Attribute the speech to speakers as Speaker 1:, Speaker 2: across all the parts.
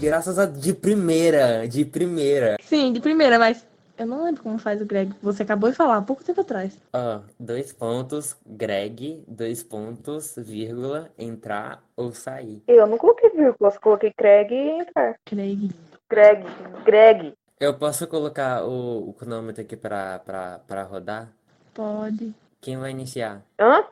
Speaker 1: graças a de primeira, de primeira.
Speaker 2: Sim, de primeira, mas eu não lembro como faz o Greg. Você acabou de falar há pouco tempo atrás.
Speaker 1: Ó, dois pontos, Greg, dois pontos, vírgula, entrar ou sair.
Speaker 3: Eu não coloquei vírgulas, coloquei Craig e entrar.
Speaker 2: Greg.
Speaker 3: Greg, Greg.
Speaker 1: Eu posso colocar o, o cronômetro aqui pra, pra, pra rodar?
Speaker 2: Pode.
Speaker 1: Quem vai iniciar?
Speaker 3: Hã?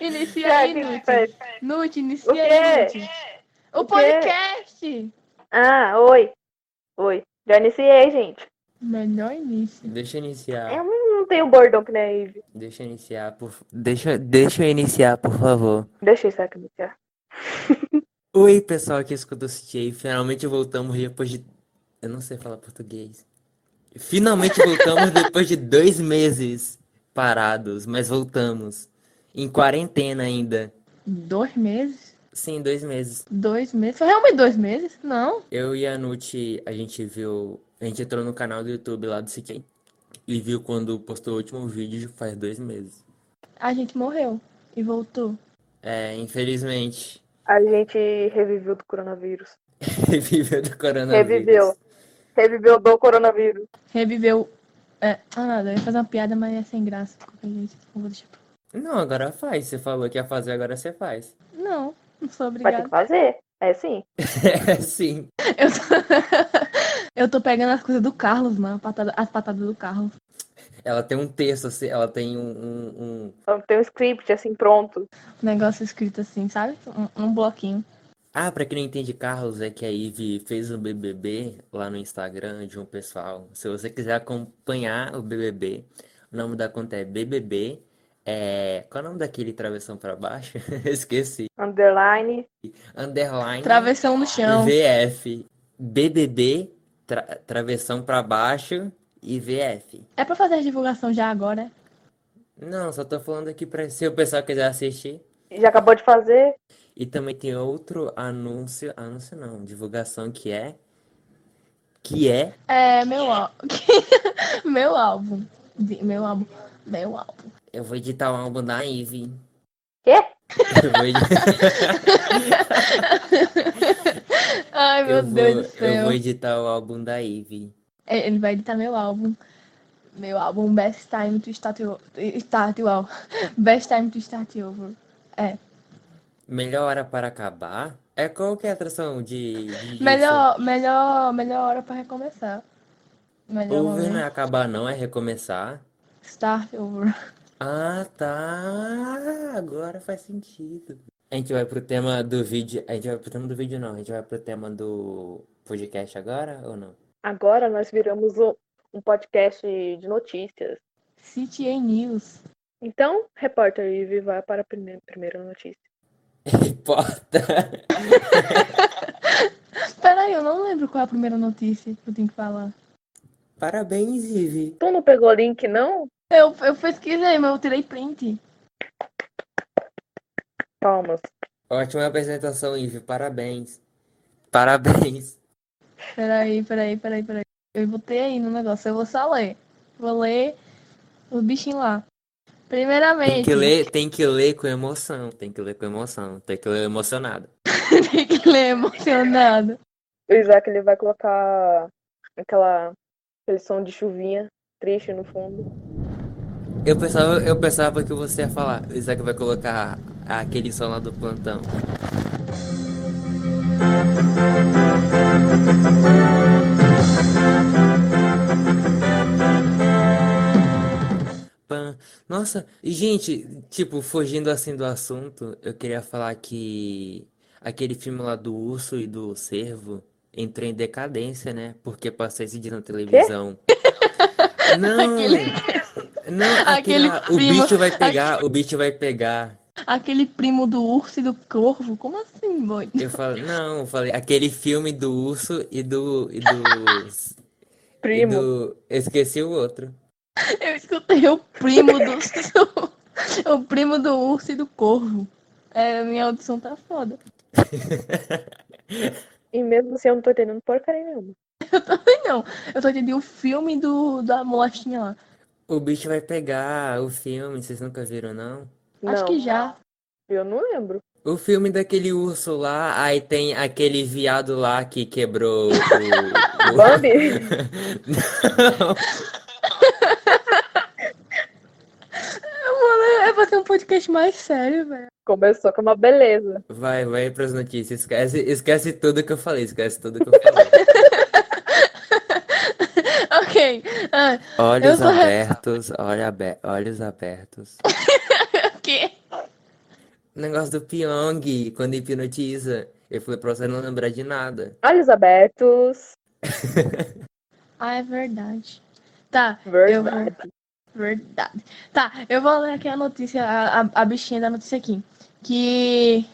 Speaker 2: Inicia aí,
Speaker 3: Greg,
Speaker 2: Nute.
Speaker 3: faz.
Speaker 2: Nute,
Speaker 3: O
Speaker 2: inicia aí,
Speaker 3: quê?
Speaker 2: Nute. O
Speaker 3: O quê?
Speaker 2: podcast!
Speaker 3: Ah, oi. Oi. Já iniciei, gente.
Speaker 2: Melhor início.
Speaker 1: Deixa eu iniciar.
Speaker 3: Eu não tenho bordão que nem a Ivy.
Speaker 1: Deixa eu iniciar, por fa- deixa, deixa eu iniciar, por favor.
Speaker 3: Deixa isso aqui iniciar.
Speaker 1: Oi, pessoal que escuta o CTA. Finalmente voltamos depois de. Eu não sei falar português. Finalmente voltamos depois de dois meses parados, mas voltamos. Em quarentena ainda.
Speaker 2: Dois meses?
Speaker 1: Sim, dois meses.
Speaker 2: Dois meses? Foi realmente dois meses? Não.
Speaker 1: Eu e a Nute, a gente viu. A gente entrou no canal do YouTube lá do CTA e viu quando postou o último vídeo faz dois meses.
Speaker 2: A gente morreu e voltou.
Speaker 1: É, infelizmente,
Speaker 3: A gente reviveu do coronavírus.
Speaker 1: reviveu do coronavírus.
Speaker 3: Reviveu. Reviveu do coronavírus.
Speaker 2: Reviveu. É, ah, nada, eu ia fazer uma piada, mas é sem graça. de qualquer jeito. Eu vou deixar pra-
Speaker 1: Não, agora faz. Você falou que ia fazer, agora você faz.
Speaker 2: Não, não sou
Speaker 3: Vai ter
Speaker 2: obrigada.
Speaker 3: que fazer. É sim.
Speaker 1: É, sim.
Speaker 2: Eu tô... eu tô pegando as coisas do Carlos, mano. patada- As patadas do Carlos.
Speaker 1: Ela tem um texto, assim, ela tem um, um- um-
Speaker 3: Então, Tem um script assim pronto.
Speaker 2: Negócio escrito assim, sabe? Um, um bloquinho.
Speaker 1: Ah, pra quem não entende Carlos, é que a Ivy fez um BBB lá no Instagram de um pessoal. Se você quiser acompanhar o BBB, o nome da conta é BBB. É... Qual é o nome daquele travessão pra baixo? Esqueci.
Speaker 3: Underline.
Speaker 1: Underline
Speaker 2: Travessão no chão.
Speaker 1: VF. BBB, tra- travessão pra baixo e VF.
Speaker 2: É pra fazer a divulgação já agora. é?
Speaker 1: Não, só tô falando aqui pra se o pessoal quiser assistir.
Speaker 3: Já acabou de fazer.
Speaker 1: E também tem outro anúncio, anúncio não, divulgação que é que é
Speaker 2: É meu álbum. meu álbum. De- Meu álbum. Meu álbum.
Speaker 1: eu vou editar o álbum da Ivy.
Speaker 3: Quê?
Speaker 1: Eu vou, edi-
Speaker 2: Ai, meu
Speaker 1: eu
Speaker 2: Deus
Speaker 1: vou-
Speaker 2: do
Speaker 1: eu
Speaker 2: céu.
Speaker 1: vou editar o álbum da Ivy.
Speaker 2: É, Ele vai editar meu álbum. Meu álbum Best Time to Start Over. Start, uau. Best Time to Start Over.
Speaker 1: Melhor hora para acabar? É qual que é a atração de, de
Speaker 2: Melhor, melhor, melhor hora pra recomeçar.
Speaker 1: disso?
Speaker 2: Melhor
Speaker 1: Over
Speaker 2: momento.
Speaker 1: não é acabar não, é recomeçar.
Speaker 2: Start Over.
Speaker 1: Ah, tá. Agora faz sentido. A gente vai pro tema do vídeo. A gente vai pro tema do vídeo não, a gente vai pro tema do podcast agora ou não?
Speaker 3: Agora nós viramos um, um podcast de notícias.
Speaker 2: CTA News.
Speaker 3: Então, repórter Ivy, vai para a prime- primeira notícia.
Speaker 1: Importa.
Speaker 2: Peraí, eu não lembro qual é a primeira notícia que eu tenho que falar.
Speaker 1: Parabéns, Ivi.
Speaker 3: Tu não pegou o link, não?
Speaker 2: Eu, eu pesquisei, mas eu tirei print.
Speaker 3: Palmas.
Speaker 1: Ótima apresentação, Ivi. Parabéns. Parabéns.
Speaker 2: Peraí, peraí, peraí, peraí. Eu botei aí no negócio, eu vou só ler. Vou ler o bichinho lá.
Speaker 1: Tem que
Speaker 2: Primeiramente,
Speaker 1: ler, tem que ler com emoção. Tem que ler com emoção. Tem que ler emocionado.
Speaker 2: tem que ler emocionado.
Speaker 3: O Isaac ele vai colocar aquela, aquele som de chuvinha triste no fundo.
Speaker 1: Eu pensava, eu pensava que você ia falar. O Isaac vai colocar aquele som lá do plantão. Pã. Nossa, e, gente, tipo, fugindo assim do assunto, eu queria falar que aquele filme lá do urso e do cervo entrou em decadência, né? Porque passou esse dia na televisão. Não,
Speaker 2: Aquele-
Speaker 1: não, aquele
Speaker 2: Aquele
Speaker 1: lá, o
Speaker 2: primo-
Speaker 1: bicho vai pegar, o bicho vai pegar.
Speaker 2: Aquele primo do urso e do corvo? Como assim, boy?
Speaker 1: Eu falo, não, eu falei, aquele filme do urso e do e do e
Speaker 3: Primo,
Speaker 1: do, eu esqueci o outro.
Speaker 2: Eu escutei o primo do. o primo do urso e do corvo. É, minha audição tá foda.
Speaker 3: e mesmo assim eu não tô entendendo porcaria nenhuma.
Speaker 2: Eu tô entendendo o filme do, da molestinha lá.
Speaker 1: O bicho vai pegar o filme, vocês nunca viram, não?
Speaker 2: Acho
Speaker 3: não,
Speaker 2: que já.
Speaker 3: eu não lembro.
Speaker 1: O filme daquele urso lá, aí tem aquele viado lá que quebrou o. o-
Speaker 3: Bambi?
Speaker 1: Não.
Speaker 2: Mano, é pra ter um podcast mais sério, velho.
Speaker 3: Começou com uma beleza.
Speaker 1: Vai, vai pras notícias. Esquece, esquece tudo que eu falei, esquece tudo que eu falei.
Speaker 2: Ok. Ah, Eu
Speaker 1: Olhos
Speaker 2: sou re-
Speaker 1: abertos, olha abe- olhos abertos.
Speaker 2: ok.
Speaker 1: O negócio do Pyong, quando hipnotiza. Eu falei pra você não lembrar de nada.
Speaker 3: Olhos abertos.
Speaker 2: Ah, é verdade. Tá, eu vou.
Speaker 3: Verdade.
Speaker 2: Verdade. Tá, eu vou ler aqui a notícia, a, a- a bichinha da notícia aqui. Que.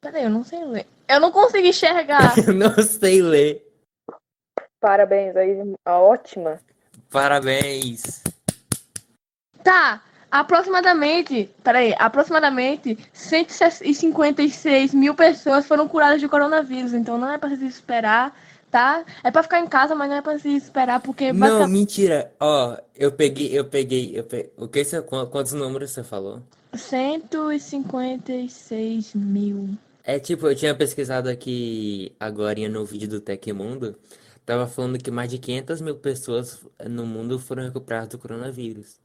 Speaker 2: Peraí, eu não sei ler. Eu não consigo enxergar.
Speaker 1: Eu não sei ler.
Speaker 3: Parabéns aí, a ótima.
Speaker 1: Parabéns.
Speaker 2: Tá, aproximadamente. Peraí, aproximadamente 156 mil pessoas foram curadas de coronavírus. Então não é pra se desesperar, tá? É pra ficar em casa, mas não é pra se desesperar, porque
Speaker 1: Não,
Speaker 2: basicamente
Speaker 1: mentira. Ó, eu peguei, eu peguei, eu peguei. O que você, qu- quantos números você falou?
Speaker 2: 156 mil.
Speaker 1: É tipo, eu tinha pesquisado aqui agora no vídeo do Tecmundo, tava falando que mais de 500 mil pessoas no mundo foram recuperadas do coronavírus.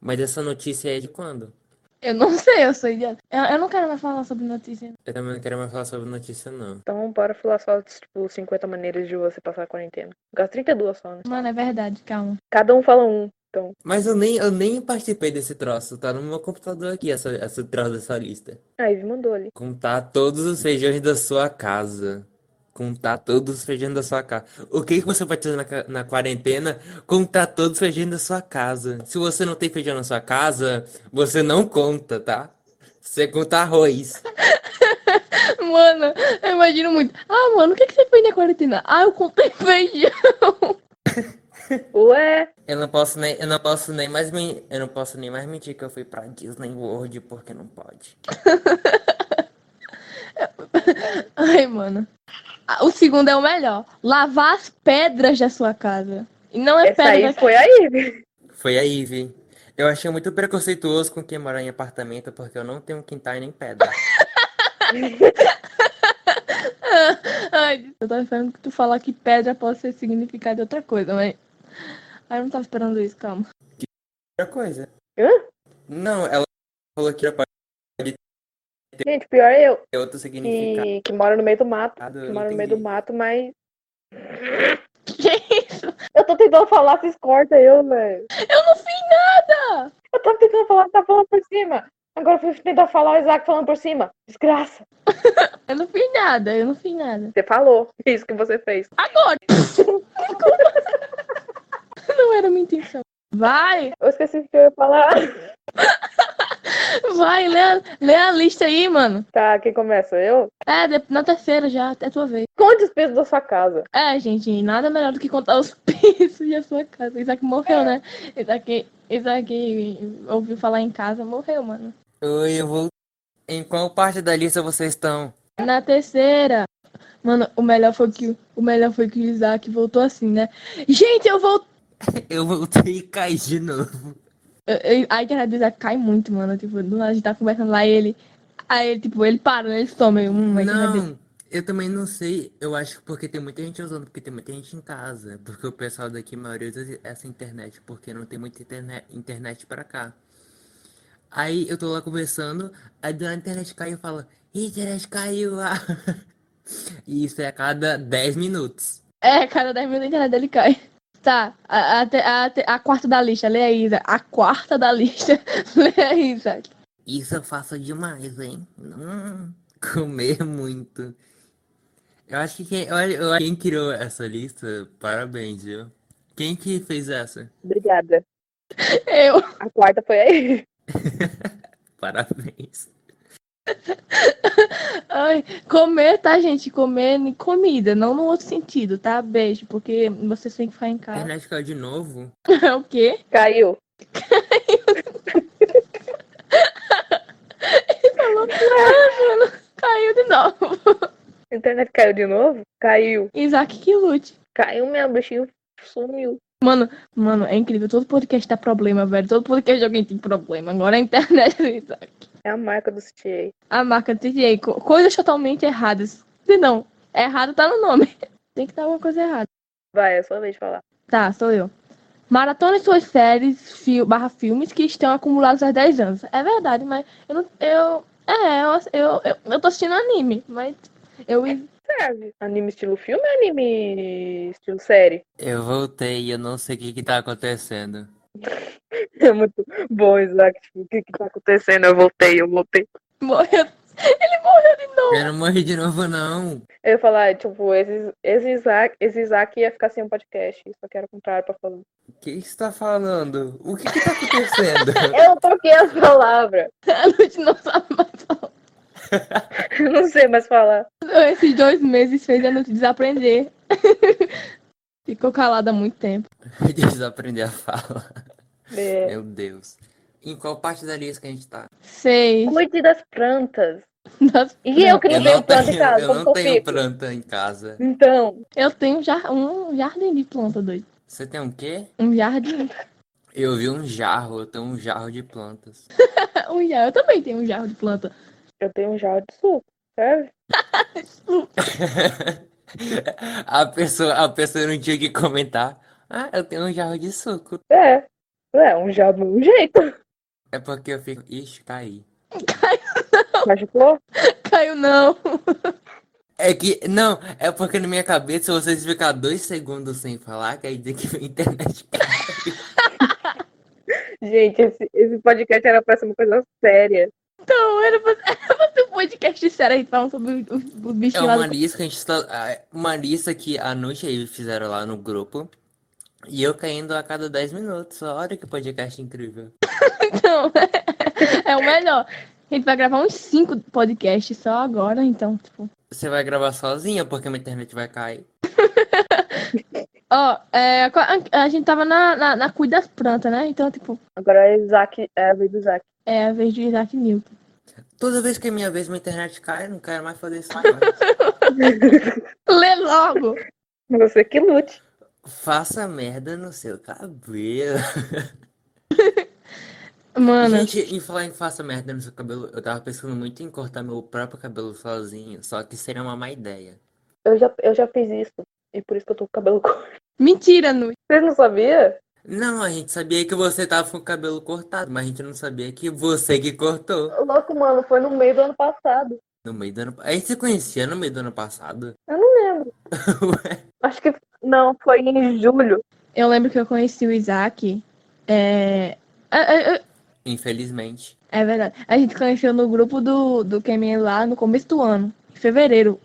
Speaker 1: Mas essa notícia é de quando?
Speaker 2: Eu não sei, eu sou idiota. Eu, eu não quero mais falar sobre notícia.
Speaker 1: Eu também não quero mais falar sobre notícia, não.
Speaker 3: Então, bora falar só, tipo, 50 maneiras de você passar a quarentena. Gasta 32 só, né?
Speaker 2: Mano, é verdade, calma.
Speaker 3: Cada um fala um. Então,
Speaker 1: Mas eu nem, eu nem participei desse troço, tá no meu computador aqui, essa, essa troço dessa lista.
Speaker 3: a Ivy mandou ali.
Speaker 1: Contar todos os feijões da sua casa. Contar todos os feijões da sua casa. O que que você vai fazer na, ca- na quarentena? Contar todos os feijões da sua casa. Se você não tem feijão na sua casa, você não conta, tá? Você conta arroz.
Speaker 2: Mano, eu imagino muito. Ah, mano, o que, que você fez na quarentena? Ah, eu comprei feijão.
Speaker 3: Ué,
Speaker 1: Eu não posso nem, eu não posso nem mais men- eu não posso nem mais mentir que eu fui pra Disney World porque não pode.
Speaker 2: Ai, mano. Ah, o segundo é o melhor. Lavar as pedras da sua casa. E não é
Speaker 3: essa
Speaker 2: pedra
Speaker 3: aí
Speaker 2: da...
Speaker 3: foi a Ivy.
Speaker 1: Foi aí, vi. Eu achei muito preconceituoso com quem mora em apartamento porque eu não tenho quintal e nem pedra.
Speaker 2: Ai, eu tava esperando que tu falar que pedra pode ser significado de outra coisa, mas. Ai, eu não tava esperando isso, calma.
Speaker 1: Outra coisa.
Speaker 3: Hã?
Speaker 1: Não, ela falou que era pra
Speaker 3: Gente, pior é eu,
Speaker 1: ter outro significado.
Speaker 3: que, que mora no meio do mato.
Speaker 1: Ah, Eu
Speaker 3: Que
Speaker 1: não
Speaker 3: mora no meio do
Speaker 1: entendi.
Speaker 3: mato, mas.
Speaker 2: Que isso?
Speaker 3: Eu tô tentando falar, vocês cortam eu, velho.
Speaker 2: Eu não fiz nada!
Speaker 3: Eu tava tentando falar, tá falando por cima. Agora eu fui tentar falar o Isaac falando por cima. Desgraça.
Speaker 2: Eu não fiz nada, eu não fiz nada.
Speaker 3: Você falou. é Isso que você fez.
Speaker 2: Agora! não era minha intenção. Vai!
Speaker 3: Eu esqueci o que eu ia falar.
Speaker 2: Vai, lê a, lê a lista aí, mano.
Speaker 3: Tá, quem começa? Eu?
Speaker 2: É, de- na terceira já, é tua vez.
Speaker 3: Conte os pesos da sua casa.
Speaker 2: É, gente, nada melhor do que contar os pisos da sua casa. Isaac morreu, né? Isaac, Isaac ouviu falar em casa, morreu, mano.
Speaker 1: Oi, eu vou. Em qual parte da lista vocês estão?
Speaker 2: Na terceira. Mano, o melhor foi que o melhor foi que o Isaac voltou assim, né? Gente, eu voltei.
Speaker 1: Eu voltei e caí de novo.
Speaker 2: Eu- eu- A internet do Isaac cai muito, mano. Tipo, do nada a gente tá conversando lá e ele. Aí ele, tipo, ele para, né? Ele some. Hum, a internet dele-
Speaker 1: Não, eu também não sei. Eu acho que porque tem muita gente usando, porque tem muita gente em casa. Porque o pessoal daqui, a maioria usa essa internet, porque não tem muita internet, internet pra cá. Aí eu tô lá conversando, aí do nada a internet cai e fala, "Ih, a internet caiu lá. E isso é a cada 10 minutos.
Speaker 2: É, cada 10 minutos a internet dele cai. Tá, a, a, te- a, te- a quarta da lista, lê aí, Isaac. A quarta da lista, lê aí, Isaac.
Speaker 1: Isso eu faço demais, hein? Hum, comer muito. Eu acho que quem, olha, eu- quem criou essa lista, parabéns, viu? Quem que fez essa?
Speaker 3: Obrigada.
Speaker 2: Eu.
Speaker 3: A quarta foi aí.
Speaker 1: Parabéns.
Speaker 2: Ai, comer, tá, gente? Comer em comida, não no outro sentido, tá? Beijo, porque vocês têm que ficar em
Speaker 3: Ah.
Speaker 1: A
Speaker 2: casa.
Speaker 1: internet caiu de novo?
Speaker 2: É o quê?
Speaker 3: Caiu.
Speaker 2: Caiu de novo.
Speaker 3: A internet caiu de novo? Caiu.
Speaker 2: Isaac que lute.
Speaker 3: Caiu mesmo, bichinho sumiu.
Speaker 2: Mano, mano, é incrível. Todo podcast dá problema, velho. Todo podcast de alguém tem problema. Agora a internet do Isaac.
Speaker 3: É a marca do CTA.
Speaker 2: A marca do TJ. co- Coisas totalmente erradas. Se não, errado tá no nome. Tem que estar alguma coisa errada.
Speaker 3: Vai, é a sua vez de falar.
Speaker 2: Tá, sou eu. Maratona e suas séries fil barra filmes que estão acumulados há 10 anos. É verdade, mas eu não. Eu, é, eu, eu, eu, eu tô assistindo anime, mas eu
Speaker 3: Serve. Anime estilo filme ou anime estilo série?
Speaker 1: Eu voltei e eu não sei o que que tá acontecendo.
Speaker 3: É muito bom, Isaac. Tipo, o que que tá acontecendo? Eu voltei, eu voltei.
Speaker 2: morreu.
Speaker 1: Eu não morri de novo, não.
Speaker 3: Eu ia falar, tipo, esse, esse, Isaac, esse Isaac ia ficar sem um podcast. Só que era o contrário pra falar.
Speaker 1: O que que você tá falando? O que que tá acontecendo?
Speaker 3: Eu toquei as palavras.
Speaker 2: A gente não sabe mais falar.
Speaker 3: Eu não sei mais falar.
Speaker 2: Esses dois meses fez a Nut desaprender. Ficou calada há muito tempo.
Speaker 1: Eu preciso aprender a falar.
Speaker 3: É.
Speaker 1: Meu Deus. Em qual parte da lista que a gente tá?
Speaker 2: Sei.
Speaker 3: Cuide das plantas.
Speaker 2: das-
Speaker 3: E eu que não
Speaker 1: Eu
Speaker 3: tenho
Speaker 1: não
Speaker 3: planta em
Speaker 1: tenho,
Speaker 3: casa,
Speaker 1: eu
Speaker 3: como
Speaker 1: não
Speaker 3: que eu
Speaker 1: tenho
Speaker 3: fico?
Speaker 1: planta em casa.
Speaker 3: Então,
Speaker 2: Eu tenho jar- um jardim de planta, doido.
Speaker 1: Você tem um quê?
Speaker 2: Um jardim.
Speaker 1: Eu vi um jarro, eu tenho um jarro de plantas.
Speaker 2: Um jarro. Eu também tenho um jarro de planta.
Speaker 3: eu tenho um jarro de suco, serve?
Speaker 1: A pessoa, a pessoa não tinha o que comentar. Ah, eu tenho um jarro de suco.
Speaker 3: É. É, um jarro do mesmo jeito.
Speaker 1: É porque eu fico. Ixi, caí.
Speaker 3: Machucou?
Speaker 2: Caiu não.
Speaker 1: É que. Não, é porque na minha cabeça, se vocês ficar dois segundos sem falar, quer dizer que a internet cai.
Speaker 3: Gente, esse, esse podcast era pra ser uma coisa séria.
Speaker 2: Não, era pra, era pra ser um podcast sério. A gente falando sobre o, o, o
Speaker 1: É
Speaker 2: bichinho lá
Speaker 1: uma
Speaker 2: do...
Speaker 1: lista que a gente tá. ah, Uma lista que a noite aí fizeram lá no grupo. E eu caindo a cada 10 minutos. Olha que podcast incrível.
Speaker 2: Não, é o melhor. A gente vai gravar uns cinco podcasts só agora, então, tipo...
Speaker 1: Você vai gravar sozinha porque minha internet vai cair.
Speaker 2: Ó, é, a, a gente tava na, na, na cuida das plantas, né? Então, tipo,
Speaker 3: Agora é Isaac, é a vez do Isaac.
Speaker 2: é a vez de Isaac Newton.
Speaker 1: Toda vez que é minha vez, minha internet cai, eu não quero mais fazer isso agora.
Speaker 2: Lê logo!
Speaker 3: Você que lute.
Speaker 1: Faça merda no seu cabelo.
Speaker 2: Mano,
Speaker 1: Gente, em falar em faça merda no seu cabelo, eu tava pensando muito em cortar meu próprio cabelo sozinho, só que seria uma má ideia.
Speaker 3: Eu já, eu já fiz isso. E por isso que eu tô com o cabelo curto.
Speaker 2: mentira, Nu.
Speaker 3: Vocês não sabiam?
Speaker 1: Não, a gente sabia que você tava com o cabelo cortado, mas a gente não sabia que você que cortou.
Speaker 3: Louco, mano, foi no meio do ano passado.
Speaker 1: No meio do ano. A gente se conhecia no meio do ano passado?
Speaker 3: Eu não lembro.
Speaker 1: Ué,
Speaker 3: Acho que. Não, foi em julho.
Speaker 2: Eu lembro que eu conheci o Isaac. É. é, é, é,
Speaker 1: Infelizmente.
Speaker 2: é verdade. A gente conheceu no grupo do, do QMN lá no começo do ano, em fevereiro.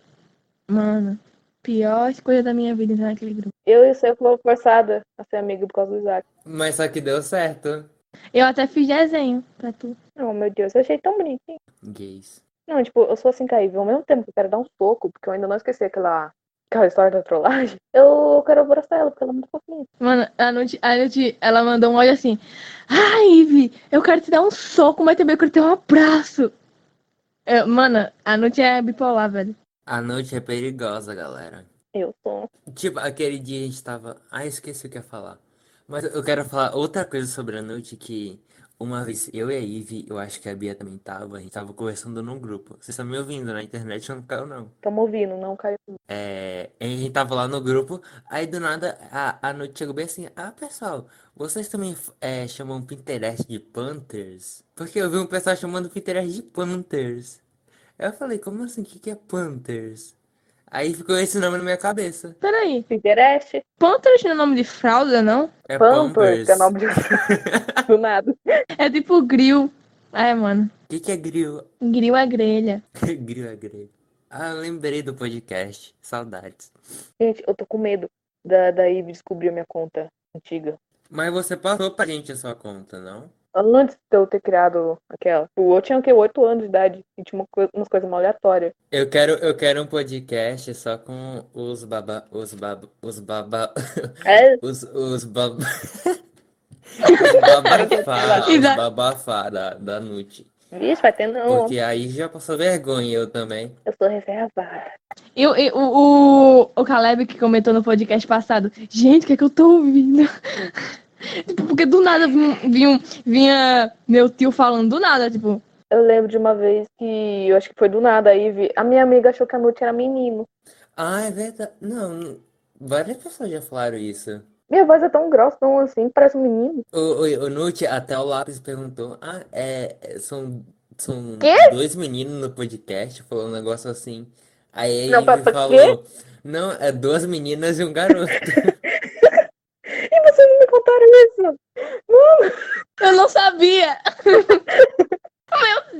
Speaker 2: Mano, pior coisa da minha vida entrar naquele grupo.
Speaker 3: Eu e o Seco fomos forçada a ser amigo por causa do Isaac.
Speaker 1: Mas só que deu certo.
Speaker 2: Eu até fiz desenho pra tu.
Speaker 3: Oh, meu Deus, eu achei tão bonitinho.
Speaker 1: Gays.
Speaker 3: Não, tipo, eu sou assim caível. Ao mesmo tempo que eu quero dar um soco, porque eu ainda não esqueci aquela, aquela história da trollagem, eu quero abraçar ela, porque ela é muito fofinha.
Speaker 2: Mano, a noite, a noite ela mandou um áudio assim. Ai, Ive, eu quero te dar um soco, mas também eu quero te dar um abraço. Eu- mano, a noite é bipolar, velho.
Speaker 1: A noite é perigosa, galera.
Speaker 3: Eu sou.
Speaker 1: Tipo, aquele dia a gente tava. Ah, esqueci o que ia falar. Mas eu quero falar outra coisa sobre a noite que uma vez eu e a Ive, eu acho que a Bia também tava, a gente tava conversando num grupo. Vocês estão me ouvindo na internet, eu não caiu, não.
Speaker 3: Tamo ouvindo, não caiu.
Speaker 1: É, a gente tava lá no grupo, aí do nada a, a noite chegou bem assim, ah pessoal, vocês também f- é, chamam Pinterest de Panthers? Porque eu vi um pessoal chamando Pinterest de Panthers. Aí Eu falei, como assim, o que que é Panthers? Aí ficou esse nome na minha cabeça.
Speaker 2: Peraí.
Speaker 3: Pinterest,
Speaker 2: Panthers não é nome de fralda, não?
Speaker 1: É
Speaker 3: Pampers, que é
Speaker 1: Pampers.
Speaker 3: nome de... do nada.
Speaker 2: É tipo grill. É, mano.
Speaker 1: O que que é grill?
Speaker 2: Grill é grelha.
Speaker 1: Grilo é grilo. Ah, eu lembrei do podcast. Saudades.
Speaker 3: Gente, eu tô com medo da, da Ivy descobrir a minha conta antiga.
Speaker 1: Mas você passou pra gente a sua conta, não?
Speaker 3: Antes de eu ter criado aquela. O outro tinha o quê? 8 anos de idade. E tinha uma coi- umas coisas mal aleatórias.
Speaker 1: Eu quero, eu quero um podcast só com os baba, os baba, os baba,
Speaker 3: É,
Speaker 1: os, os baba, os babafá, os
Speaker 2: Exato.
Speaker 1: babafá da, da Nute.
Speaker 3: bicho, vai ter não.
Speaker 1: Porque aí já passou vergonha eu também.
Speaker 3: Eu sou reservada.
Speaker 2: E, o- e o, o, o Caleb que comentou no podcast passado. Gente, o que é que eu tô ouvindo? tipo, porque do nada vinha, vinha, vinha meu tio falando do nada, tipo.
Speaker 3: Eu lembro de uma vez que eu acho que foi do nada aí, vi- a minha amiga achou que a Nut era menino.
Speaker 1: Ah, é verdade. Não, várias pessoas já falaram isso.
Speaker 3: Minha voz é tão grossa, tão assim, parece um menino.
Speaker 1: O, o, o Nute, até o Lápis perguntou: Ah, é, é, são, são
Speaker 2: Quê?
Speaker 1: dois meninos no podcast? Falou um negócio assim. Aí ele
Speaker 3: Não, pra- pra
Speaker 1: falou: Não, é duas meninas e um garoto.
Speaker 3: E vocês não me contaram isso?
Speaker 2: Eu não sabia! Meu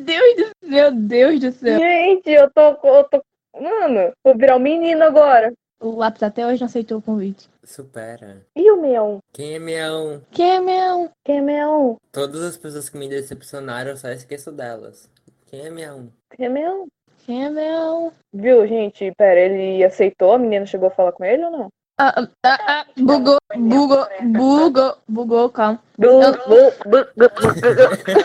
Speaker 2: Deus do céu, meu Deus do céu.
Speaker 3: Gente, eu tô, eu tô. Mano, vou virar um menino agora.
Speaker 2: O lápis até hoje não aceitou o convite.
Speaker 1: Supera.
Speaker 3: E o Meon?
Speaker 1: Quem é meu?
Speaker 2: Quem é meu?
Speaker 3: Quem é Meon?
Speaker 1: Todas as pessoas que me decepcionaram, eu só esqueço delas. Quem é meu?
Speaker 3: Quem é Meon?
Speaker 2: Quem é meu?
Speaker 3: Viu, gente? Pera, ele aceitou? A menina chegou a falar com ele ou não?
Speaker 2: Ah, ah, ah, ah, bugou, bugou, bugou, bugou, calma.
Speaker 3: Bu-
Speaker 2: Não.
Speaker 3: bu- bu- bu- bu- bu-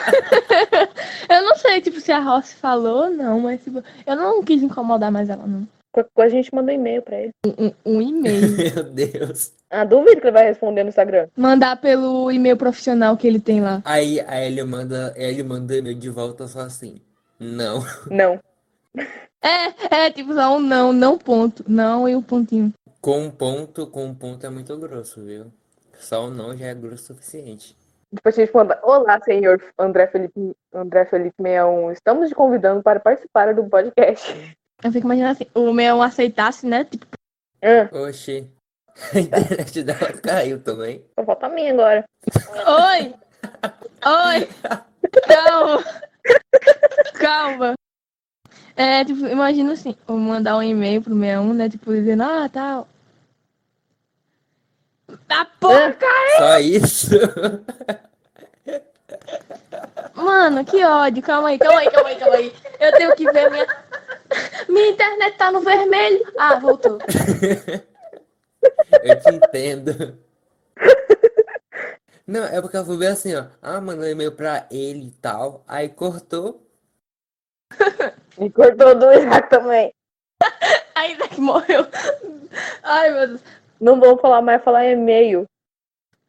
Speaker 2: Eu não sei, tipo, se a Ross falou ou não, mas tipo, eu não quis incomodar mais ela, não.
Speaker 3: Qualquer coisa a gente manda um e-mail pra ele.
Speaker 2: Um, um e-mail.
Speaker 1: Meu Deus.
Speaker 3: Ah, duvido que ele vai responder no Instagram.
Speaker 2: Mandar pelo e-mail profissional que ele tem lá.
Speaker 1: Aí, aí ele manda, ele manda e-mail de volta só assim. Não.
Speaker 3: Não.
Speaker 2: É, é, tipo, só um não, não ponto. Não e o pontinho.
Speaker 1: Com um ponto, com ponto é muito grosso, viu? Só o não já é grosso o suficiente.
Speaker 3: Depois a gente manda: Olá, senhor André Felipe, André Felipe Meon. Estamos te convidando para participar do podcast.
Speaker 2: Eu fico imaginando assim, o meu aceitasse, né? Tipo,
Speaker 3: Ah,
Speaker 1: Oxi. A internet dela caiu também.
Speaker 3: só então falta a minha agora.
Speaker 2: oi! Oi! Calma! Calma! É, tipo, imagina assim, eu mandar um e-mail pro 61, né? Tipo, dizendo, ah, tal. Tá
Speaker 3: É. Ah.
Speaker 2: porra,
Speaker 1: Só isso.
Speaker 2: Mano, que ódio. Calma aí, calma aí, calma aí, calma aí. Eu tenho que ver minha. Minha internet tá no vermelho. Ah, voltou.
Speaker 1: Eu te entendo. Não, é porque eu fui ver assim, ó. Ah, mandou e-mail pra ele e tal. Aí cortou.
Speaker 3: Me cortou do Isaac também.
Speaker 2: Ainda que morreu. Ai, meu Deus.
Speaker 3: Não vou falar mais, falar e-mail.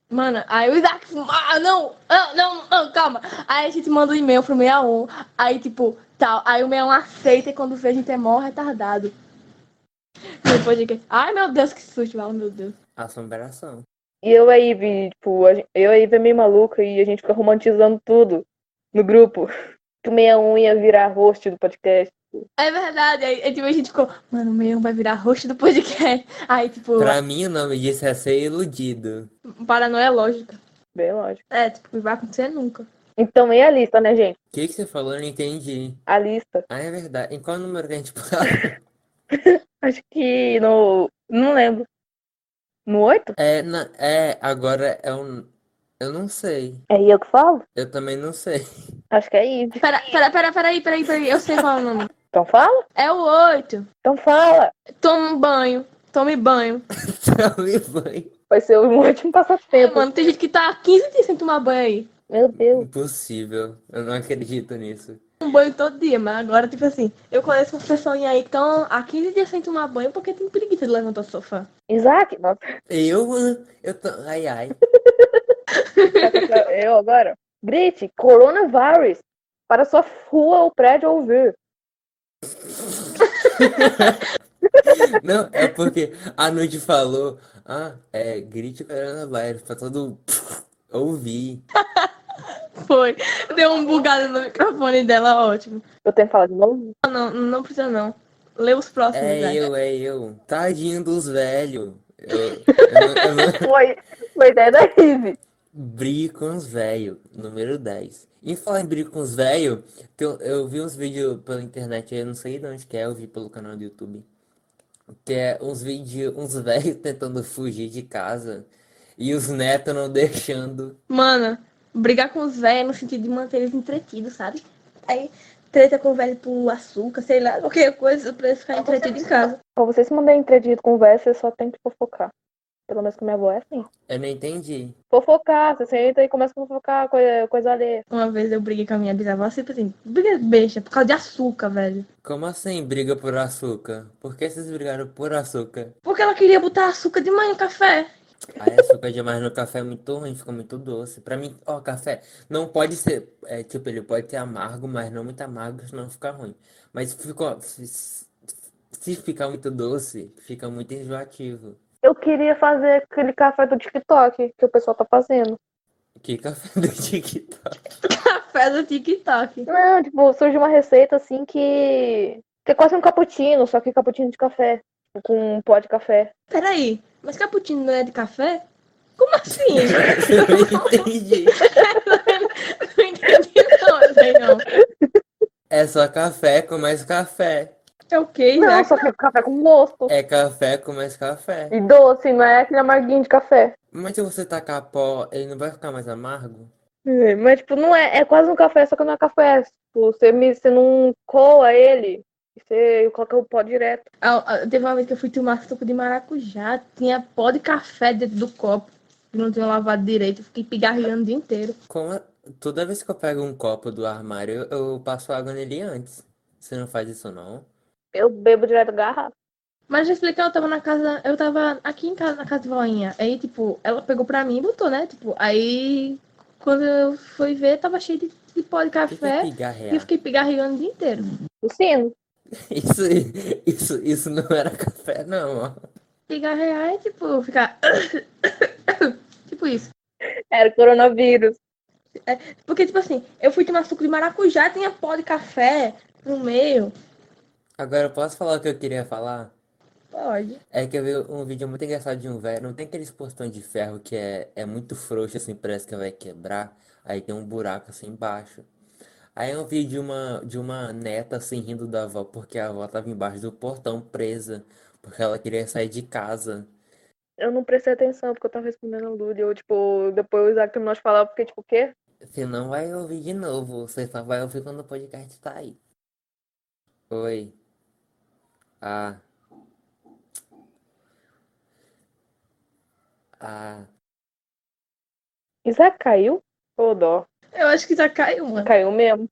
Speaker 2: Mano, aí o Isaac. Ah, não, ah, não, não, calma. Aí a gente manda um e-mail pro 61. Aí, tipo, tal. Aí o 61 aceita e quando vê a gente é mó retardado. Depois de que. Ai, meu Deus, que susto, Val, meu Deus.
Speaker 1: Assombração.
Speaker 3: E eu aí, vi, tipo, a gen- eu aí vi meio maluca e a gente fica romantizando tudo no grupo. Que o 61 ia virar host do podcast.
Speaker 2: É verdade. Aí, aí, tipo, a gente ficou. Mano, o 61 vai virar host do podcast. Aí, tipo,
Speaker 1: Pra mim, o nome disso é ser iludido.
Speaker 2: paranoia é lógica.
Speaker 3: Bem lógico.
Speaker 2: É, tipo, não vai acontecer nunca.
Speaker 3: Então, e a lista, né, gente?
Speaker 1: O que que você falou? Eu não entendi.
Speaker 3: A lista.
Speaker 1: Ah, é verdade. Em qual número que a gente parou?
Speaker 3: Acho que no. Não lembro. No 8?
Speaker 1: É, na- é, agora é um. Eu não sei.
Speaker 3: É eu que falo?
Speaker 1: Eu também não sei.
Speaker 3: Acho que é isso.
Speaker 2: Pera, pera, pera, peraí, peraí, peraí. Eu sei qual é o nome.
Speaker 3: Então fala?
Speaker 2: É o 8.
Speaker 3: Então fala.
Speaker 2: Toma um banho. Tome banho.
Speaker 1: Tome banho.
Speaker 3: Vai ser o último
Speaker 2: É,
Speaker 3: passatempo.
Speaker 2: mano, tem gente que tá há 15 dias sem tomar banho aí.
Speaker 3: Meu Deus.
Speaker 1: Impossível. Eu não acredito nisso.
Speaker 2: Um banho todo dia, mas agora, tipo assim, eu conheço umas pessoas aí que estão há 15 dias sem tomar banho porque tem preguiça de levantar o sofá.
Speaker 3: Isaac, nossa,
Speaker 1: Eu, eu tô. Ai, ai.
Speaker 3: tá eu agora. Grite, coronavírus. Para sua rua ou prédio ouvir.
Speaker 1: Não, é porque a noite falou. Ah, é, grite coronavírus pra todo ouvir.
Speaker 2: Foi. Deu um bugado no microfone dela, ótimo.
Speaker 3: Eu tenho que falar de novo?
Speaker 2: Não, não, não precisa não. Lê os próximos,
Speaker 1: É
Speaker 2: né?
Speaker 1: eu, é eu. Tadinho dos velhos. Eu, eu não- eu não-
Speaker 3: Foi, foi ideia da Rive.
Speaker 1: Brigo com os velho, número 10. Em falar em brigo com os velho, que eu, eu vi uns vídeos pela internet, eu não sei de onde que é, eu vi pelo canal do YouTube. Que é uns vídeos, uns velho tentando fugir de casa e os netos não deixando.
Speaker 2: Mano, brigar com os velhos no sentido de manter eles entretidos, sabe? Aí treta com o velho pro açúcar, sei lá, qualquer coisa pra eles ficarem entretidos em casa.
Speaker 3: Pra você se mandar entretido com véia, você só tem que fofocar. Pelo menos com minha avó é assim.
Speaker 1: Eu não entendi.
Speaker 3: Fofocar, você senta e começa a fofocar coisa, coisa alheia.
Speaker 2: Uma vez eu briguei com a minha bisavó, tipo assim, briga besta, por causa de açúcar, velho.
Speaker 1: Como assim briga por açúcar? Por que vocês brigaram por açúcar?
Speaker 2: Porque ela queria botar açúcar de manhã no café.
Speaker 1: Aí açúcar demais no café é muito ruim, fica muito doce. Pra mim, ó, café não pode ser, é, tipo, ele pode ser amargo, mas não muito amargo, senão fica ruim. Mas ficou, se, se ficar muito doce, fica muito enjoativo.
Speaker 3: Eu queria fazer aquele café do TikTok que o pessoal tá fazendo.
Speaker 1: Que café do TikTok?
Speaker 2: Café do TikTok.
Speaker 3: Não, tipo, surge uma receita assim que. que é quase um cappuccino, só que cappuccino de café. Com um pó de café.
Speaker 2: Peraí, mas cappuccino não é de café? Como assim?
Speaker 1: Eu não entendi.
Speaker 2: não entendi não, eu sei não.
Speaker 1: É só café com mais café.
Speaker 2: É o quê,
Speaker 3: Não,
Speaker 2: né?
Speaker 3: só que é café com gosto.
Speaker 1: É café com mais café.
Speaker 3: E doce, não é aquele amarguinho de café.
Speaker 1: Mas se você tacar pó, ele não vai ficar mais amargo?
Speaker 3: É, Mas, tipo, não é. É quase um café, só que não é café. Tipo, você, me, você não coa ele, você coloca o pó direto.
Speaker 2: Ah, ah, Teve uma vez que eu fui tomar suco de maracujá, tinha pó de café dentro do copo. que Não tinha lavado direito, eu fiquei pigarreando o dia inteiro.
Speaker 1: Como a- Toda vez que eu pego um copo do armário, eu, eu passo água nele antes. Você não faz isso, não?
Speaker 3: Eu bebo direto garrafa.
Speaker 2: Mas já explicar, eu tava na casa, eu tava aqui em casa, na casa de voinha. Aí, tipo, ela pegou pra mim e botou, né? Tipo, aí quando eu fui ver, tava cheio de, de pó de
Speaker 1: O que que é
Speaker 2: café e eu
Speaker 1: pigarrear?
Speaker 2: fiquei pigarreando o dia inteiro.
Speaker 3: O sino.
Speaker 1: Isso, isso, isso não era café, não, ó.
Speaker 2: Pigarrear é tipo, ficar. tipo isso.
Speaker 3: Era coronavírus.
Speaker 2: Porque, tipo assim, eu fui tomar suco de maracujá, tinha pó de café no meio.
Speaker 1: Agora eu posso falar o que eu queria falar?
Speaker 2: Pode.
Speaker 1: É que eu vi um vídeo muito engraçado de um velho. Não tem aqueles portões de ferro que é, é muito frouxo, assim, parece que vai quebrar. Aí tem um buraco assim embaixo. Aí eu vi de uma, de uma neta assim rindo da avó, porque a avó tava embaixo do portão presa, porque ela queria sair de casa.
Speaker 3: Eu não prestei atenção porque eu tava respondendo o Lula. Eu, tipo, depois o Isaac terminou de falar, eu fiquei tipo, o quê?
Speaker 1: Você não vai ouvir de novo, você só vai ouvir quando o podcast tá aí. Oi. Ah. Ah.
Speaker 3: Isaac caiu? Ô, dó.
Speaker 2: Eu acho que já caiu, mano.
Speaker 3: Caiu mesmo.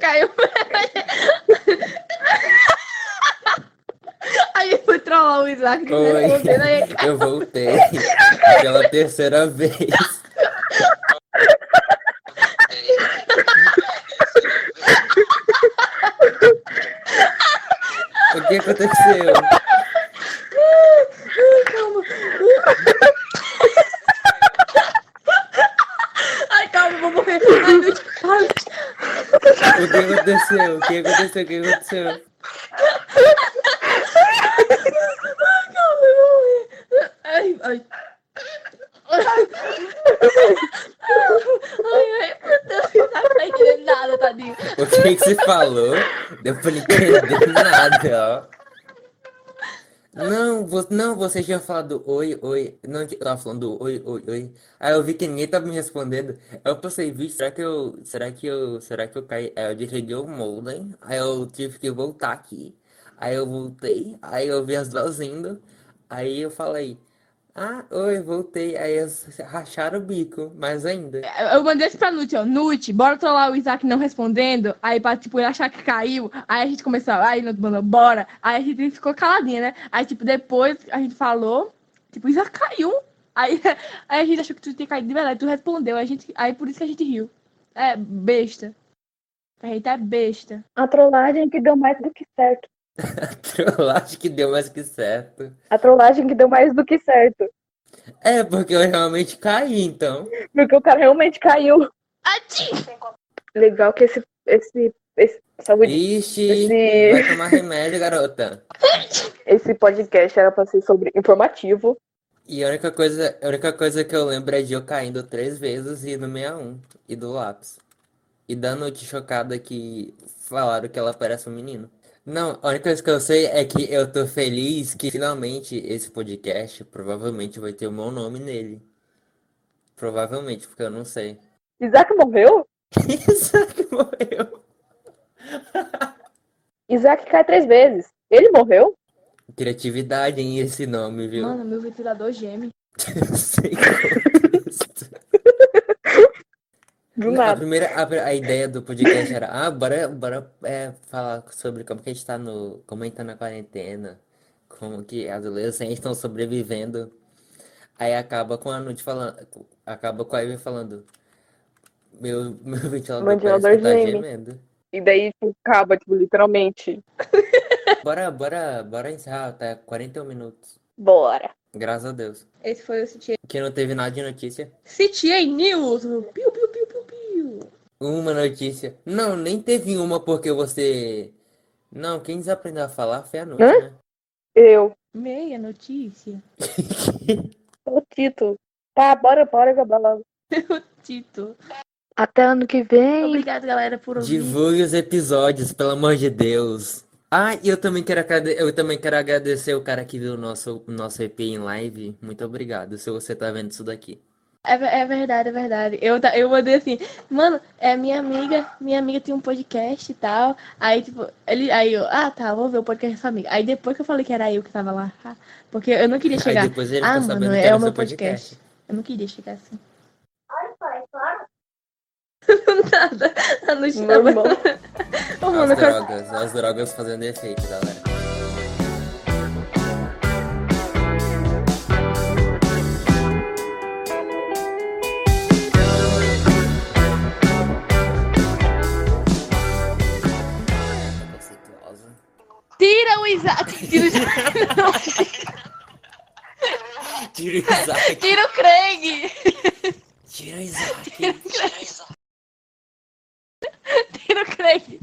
Speaker 2: Caiu. aí eu fui trollar o Isaac né?
Speaker 1: Oi.
Speaker 2: respondendo aí.
Speaker 1: Eu voltei pela terceira vez. O que aconteceu?
Speaker 2: Calma. Ai, calma, eu vou morrer. Ai, meu Deus. Ai,
Speaker 1: O que aconteceu? O que aconteceu? O que aconteceu?
Speaker 2: calma, eu vou morrer. Ai, ai. Ai, ai, meu Deus, não tá entendendo nada, tadinho.
Speaker 1: O que que você falou? Deu pra entender nada, ó. Não, vo não, você tinha falado oi, oi. Não, eu tava falando oi, oi, oi. Aí eu vi que ninguém tava me respondendo. Aí eu pensei, vixe, será que eu. Será que eu. Será que eu caí? Aí eu desliguei o modem. Aí eu tive que voltar aqui. Aí eu voltei. Aí eu vi as duas indo. Aí eu falei, ah, oi, voltei. Aí eles racharam o bico, mais ainda.
Speaker 2: Eu mandei isso pra Nute, ó. Nute, bora trollar o Isaac não respondendo. Aí pra, tipo, ele achar que caiu. Aí a gente começou, aí Nute mandou, bora. Aí a gente ficou caladinha, né? Aí, tipo, depois a gente falou, tipo, Isaac caiu. Aí, aí a gente achou que tu tinha caído de verdade, tu respondeu. Aí, a gente, aí por isso que a gente riu. É, besta. A gente é besta.
Speaker 3: A trollagem que deu mais do que certo.
Speaker 1: Eu acho que deu mais que certo.
Speaker 3: A trollagem que deu mais do que certo.
Speaker 1: É, porque eu realmente caí, então.
Speaker 3: Porque o cara realmente caiu.
Speaker 2: Ati!
Speaker 3: Legal que esse. esse, esse saúde.
Speaker 1: Ixi,
Speaker 3: Esse,
Speaker 1: vai tomar remédio, garota.
Speaker 3: esse podcast era pra ser sobre informativo.
Speaker 1: E a única coisa, a única coisa que eu lembro é de eu caindo três vezes e no 61. E do lápis. E da noite chocada que falaram que ela parece um menino. Não, a única coisa que eu sei é que eu tô feliz que finalmente esse podcast provavelmente vai ter o meu nome nele. Provavelmente, porque eu não sei.
Speaker 3: Isaac morreu?
Speaker 1: Isaac morreu.
Speaker 3: Isaac cai três vezes. Ele morreu?
Speaker 1: Criatividade em esse nome, viu?
Speaker 2: Mano, meu ventilador geme.
Speaker 1: Sem contexto.
Speaker 3: Do
Speaker 1: A
Speaker 3: nada.
Speaker 1: primeira, a, pri- a ideia do podcast era, ah, bora, bora é, falar sobre como que a gente tá no, como a gente tá na quarentena, como que adolescentes estão sobrevivendo. Aí acaba com a Nude falando, acaba com a Ivy falando, meu, meu ventilador
Speaker 3: Ventilador
Speaker 1: parece que tá
Speaker 3: geme.
Speaker 1: gemendo.
Speaker 3: E daí, tipo, acaba, tipo, literalmente.
Speaker 1: Bora, bora, bora encerrar, tá 41 minutos.
Speaker 3: Bora.
Speaker 1: Graças a Deus.
Speaker 2: Esse foi o CTA.
Speaker 1: Que não teve nada de notícia.
Speaker 2: CTA News. Piu, piu, piu, piu, piu.
Speaker 1: Uma notícia. Não, nem teve uma porque você. Não, quem desaprendeu a falar foi a Nude,
Speaker 3: Hã?
Speaker 1: né?
Speaker 3: Eu.
Speaker 2: Meia notícia.
Speaker 1: né?
Speaker 3: O título. Tá, bora, bora acabar logo.
Speaker 2: Tito.
Speaker 3: Até ano que vem.
Speaker 2: Obrigado, galera, por ouvir.
Speaker 1: Divulgue os episódios, pelo amor de Deus. Ah, e eu também quero agrade- eu também quero agradecer o cara que viu o nosso o nosso EP em live. Muito obrigado, se você tá vendo isso daqui.
Speaker 2: É, ve- é verdade, é verdade. Eu, ta- eu mandei assim, mano, é minha amiga, minha amiga tem um podcast e tal. Aí, tipo, ele, aí eu, ah, tá, vou ver o podcast da sua amiga. Aí depois que eu falei que era eu que tava lá, ah, porque eu não queria
Speaker 1: Aí
Speaker 2: chegar.
Speaker 1: depois ele ficou
Speaker 2: Ah, mano,
Speaker 1: sabendo que
Speaker 2: é
Speaker 1: era
Speaker 2: o
Speaker 1: seu
Speaker 2: meu podcast. Eu não queria chegar assim. Nada. A noite tava.
Speaker 3: Normal.
Speaker 2: Ô, mano,
Speaker 1: As
Speaker 2: eu quero-
Speaker 1: drogas, as drogas fazendo efeito, galera. Conceituosa.
Speaker 2: Tira o Isaac. Tira o Isaac. Não,
Speaker 1: Tira o Isaac,
Speaker 2: Tira o Craig.
Speaker 1: tira o Isaac.
Speaker 2: Tira o Craig.